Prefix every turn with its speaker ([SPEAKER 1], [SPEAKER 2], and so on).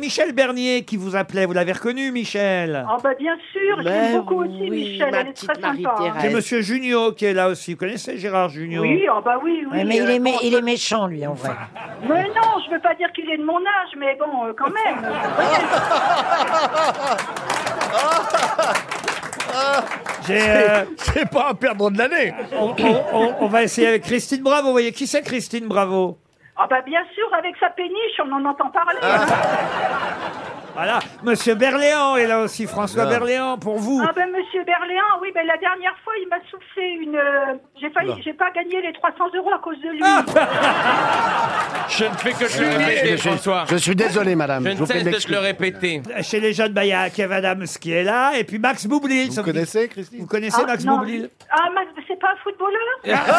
[SPEAKER 1] Michel Bernier qui vous appelait. Vous l'avez reconnu, Michel
[SPEAKER 2] Ah bah bien sûr,
[SPEAKER 3] Mais
[SPEAKER 2] j'aime beaucoup aussi
[SPEAKER 3] oui,
[SPEAKER 2] Michel,
[SPEAKER 3] ma
[SPEAKER 2] elle est
[SPEAKER 3] petite
[SPEAKER 2] très sympa. hein.
[SPEAKER 3] Marie-Thérèse.
[SPEAKER 1] J'ai Monsieur Junio qui est là aussi. Vous connaissez Gérard Junio
[SPEAKER 2] Oui, ah bah oui, oui.
[SPEAKER 3] Ouais, mais il est,
[SPEAKER 2] euh,
[SPEAKER 3] mé- il est méchant, lui, en vrai.
[SPEAKER 2] Mais non, je veux pas dire qu'il est de mon âge, mais bon, euh, quand même.
[SPEAKER 1] J'ai, euh,
[SPEAKER 4] C'est pas un perdant de l'année.
[SPEAKER 1] on, on- on- on va essayer avec Christine Bravo. Vous voyez qui c'est Christine Bravo
[SPEAKER 2] Ah bah bien sûr, avec sa péniche, on en entend parler.
[SPEAKER 3] Ah.
[SPEAKER 2] hein.
[SPEAKER 1] Voilà. Monsieur Berléand est là aussi. François
[SPEAKER 4] Bien.
[SPEAKER 1] Berléand pour vous.
[SPEAKER 2] Ah ben Monsieur Berléand, oui, ben la dernière fois, il m'a soufflé une. euh, J'ai failli, j'ai pas gagné les 300 euros à cause de lui.
[SPEAKER 5] Je ne fais que te le répéter, François.
[SPEAKER 6] Je suis désolé, madame.
[SPEAKER 5] Je ne
[SPEAKER 6] vous prie
[SPEAKER 5] cesse
[SPEAKER 6] de
[SPEAKER 5] de te le répéter.
[SPEAKER 2] Ah.
[SPEAKER 1] Chez les jeunes, bah, il y a Kev Adams qui est là. Et puis Max Boublil. Ça
[SPEAKER 6] Vous
[SPEAKER 1] vous dit-
[SPEAKER 6] connaissez, Christine
[SPEAKER 1] vous connaissez
[SPEAKER 2] Ah,
[SPEAKER 1] Max
[SPEAKER 2] non.
[SPEAKER 1] Boublil
[SPEAKER 2] Ah Max, c'est pas un footballeur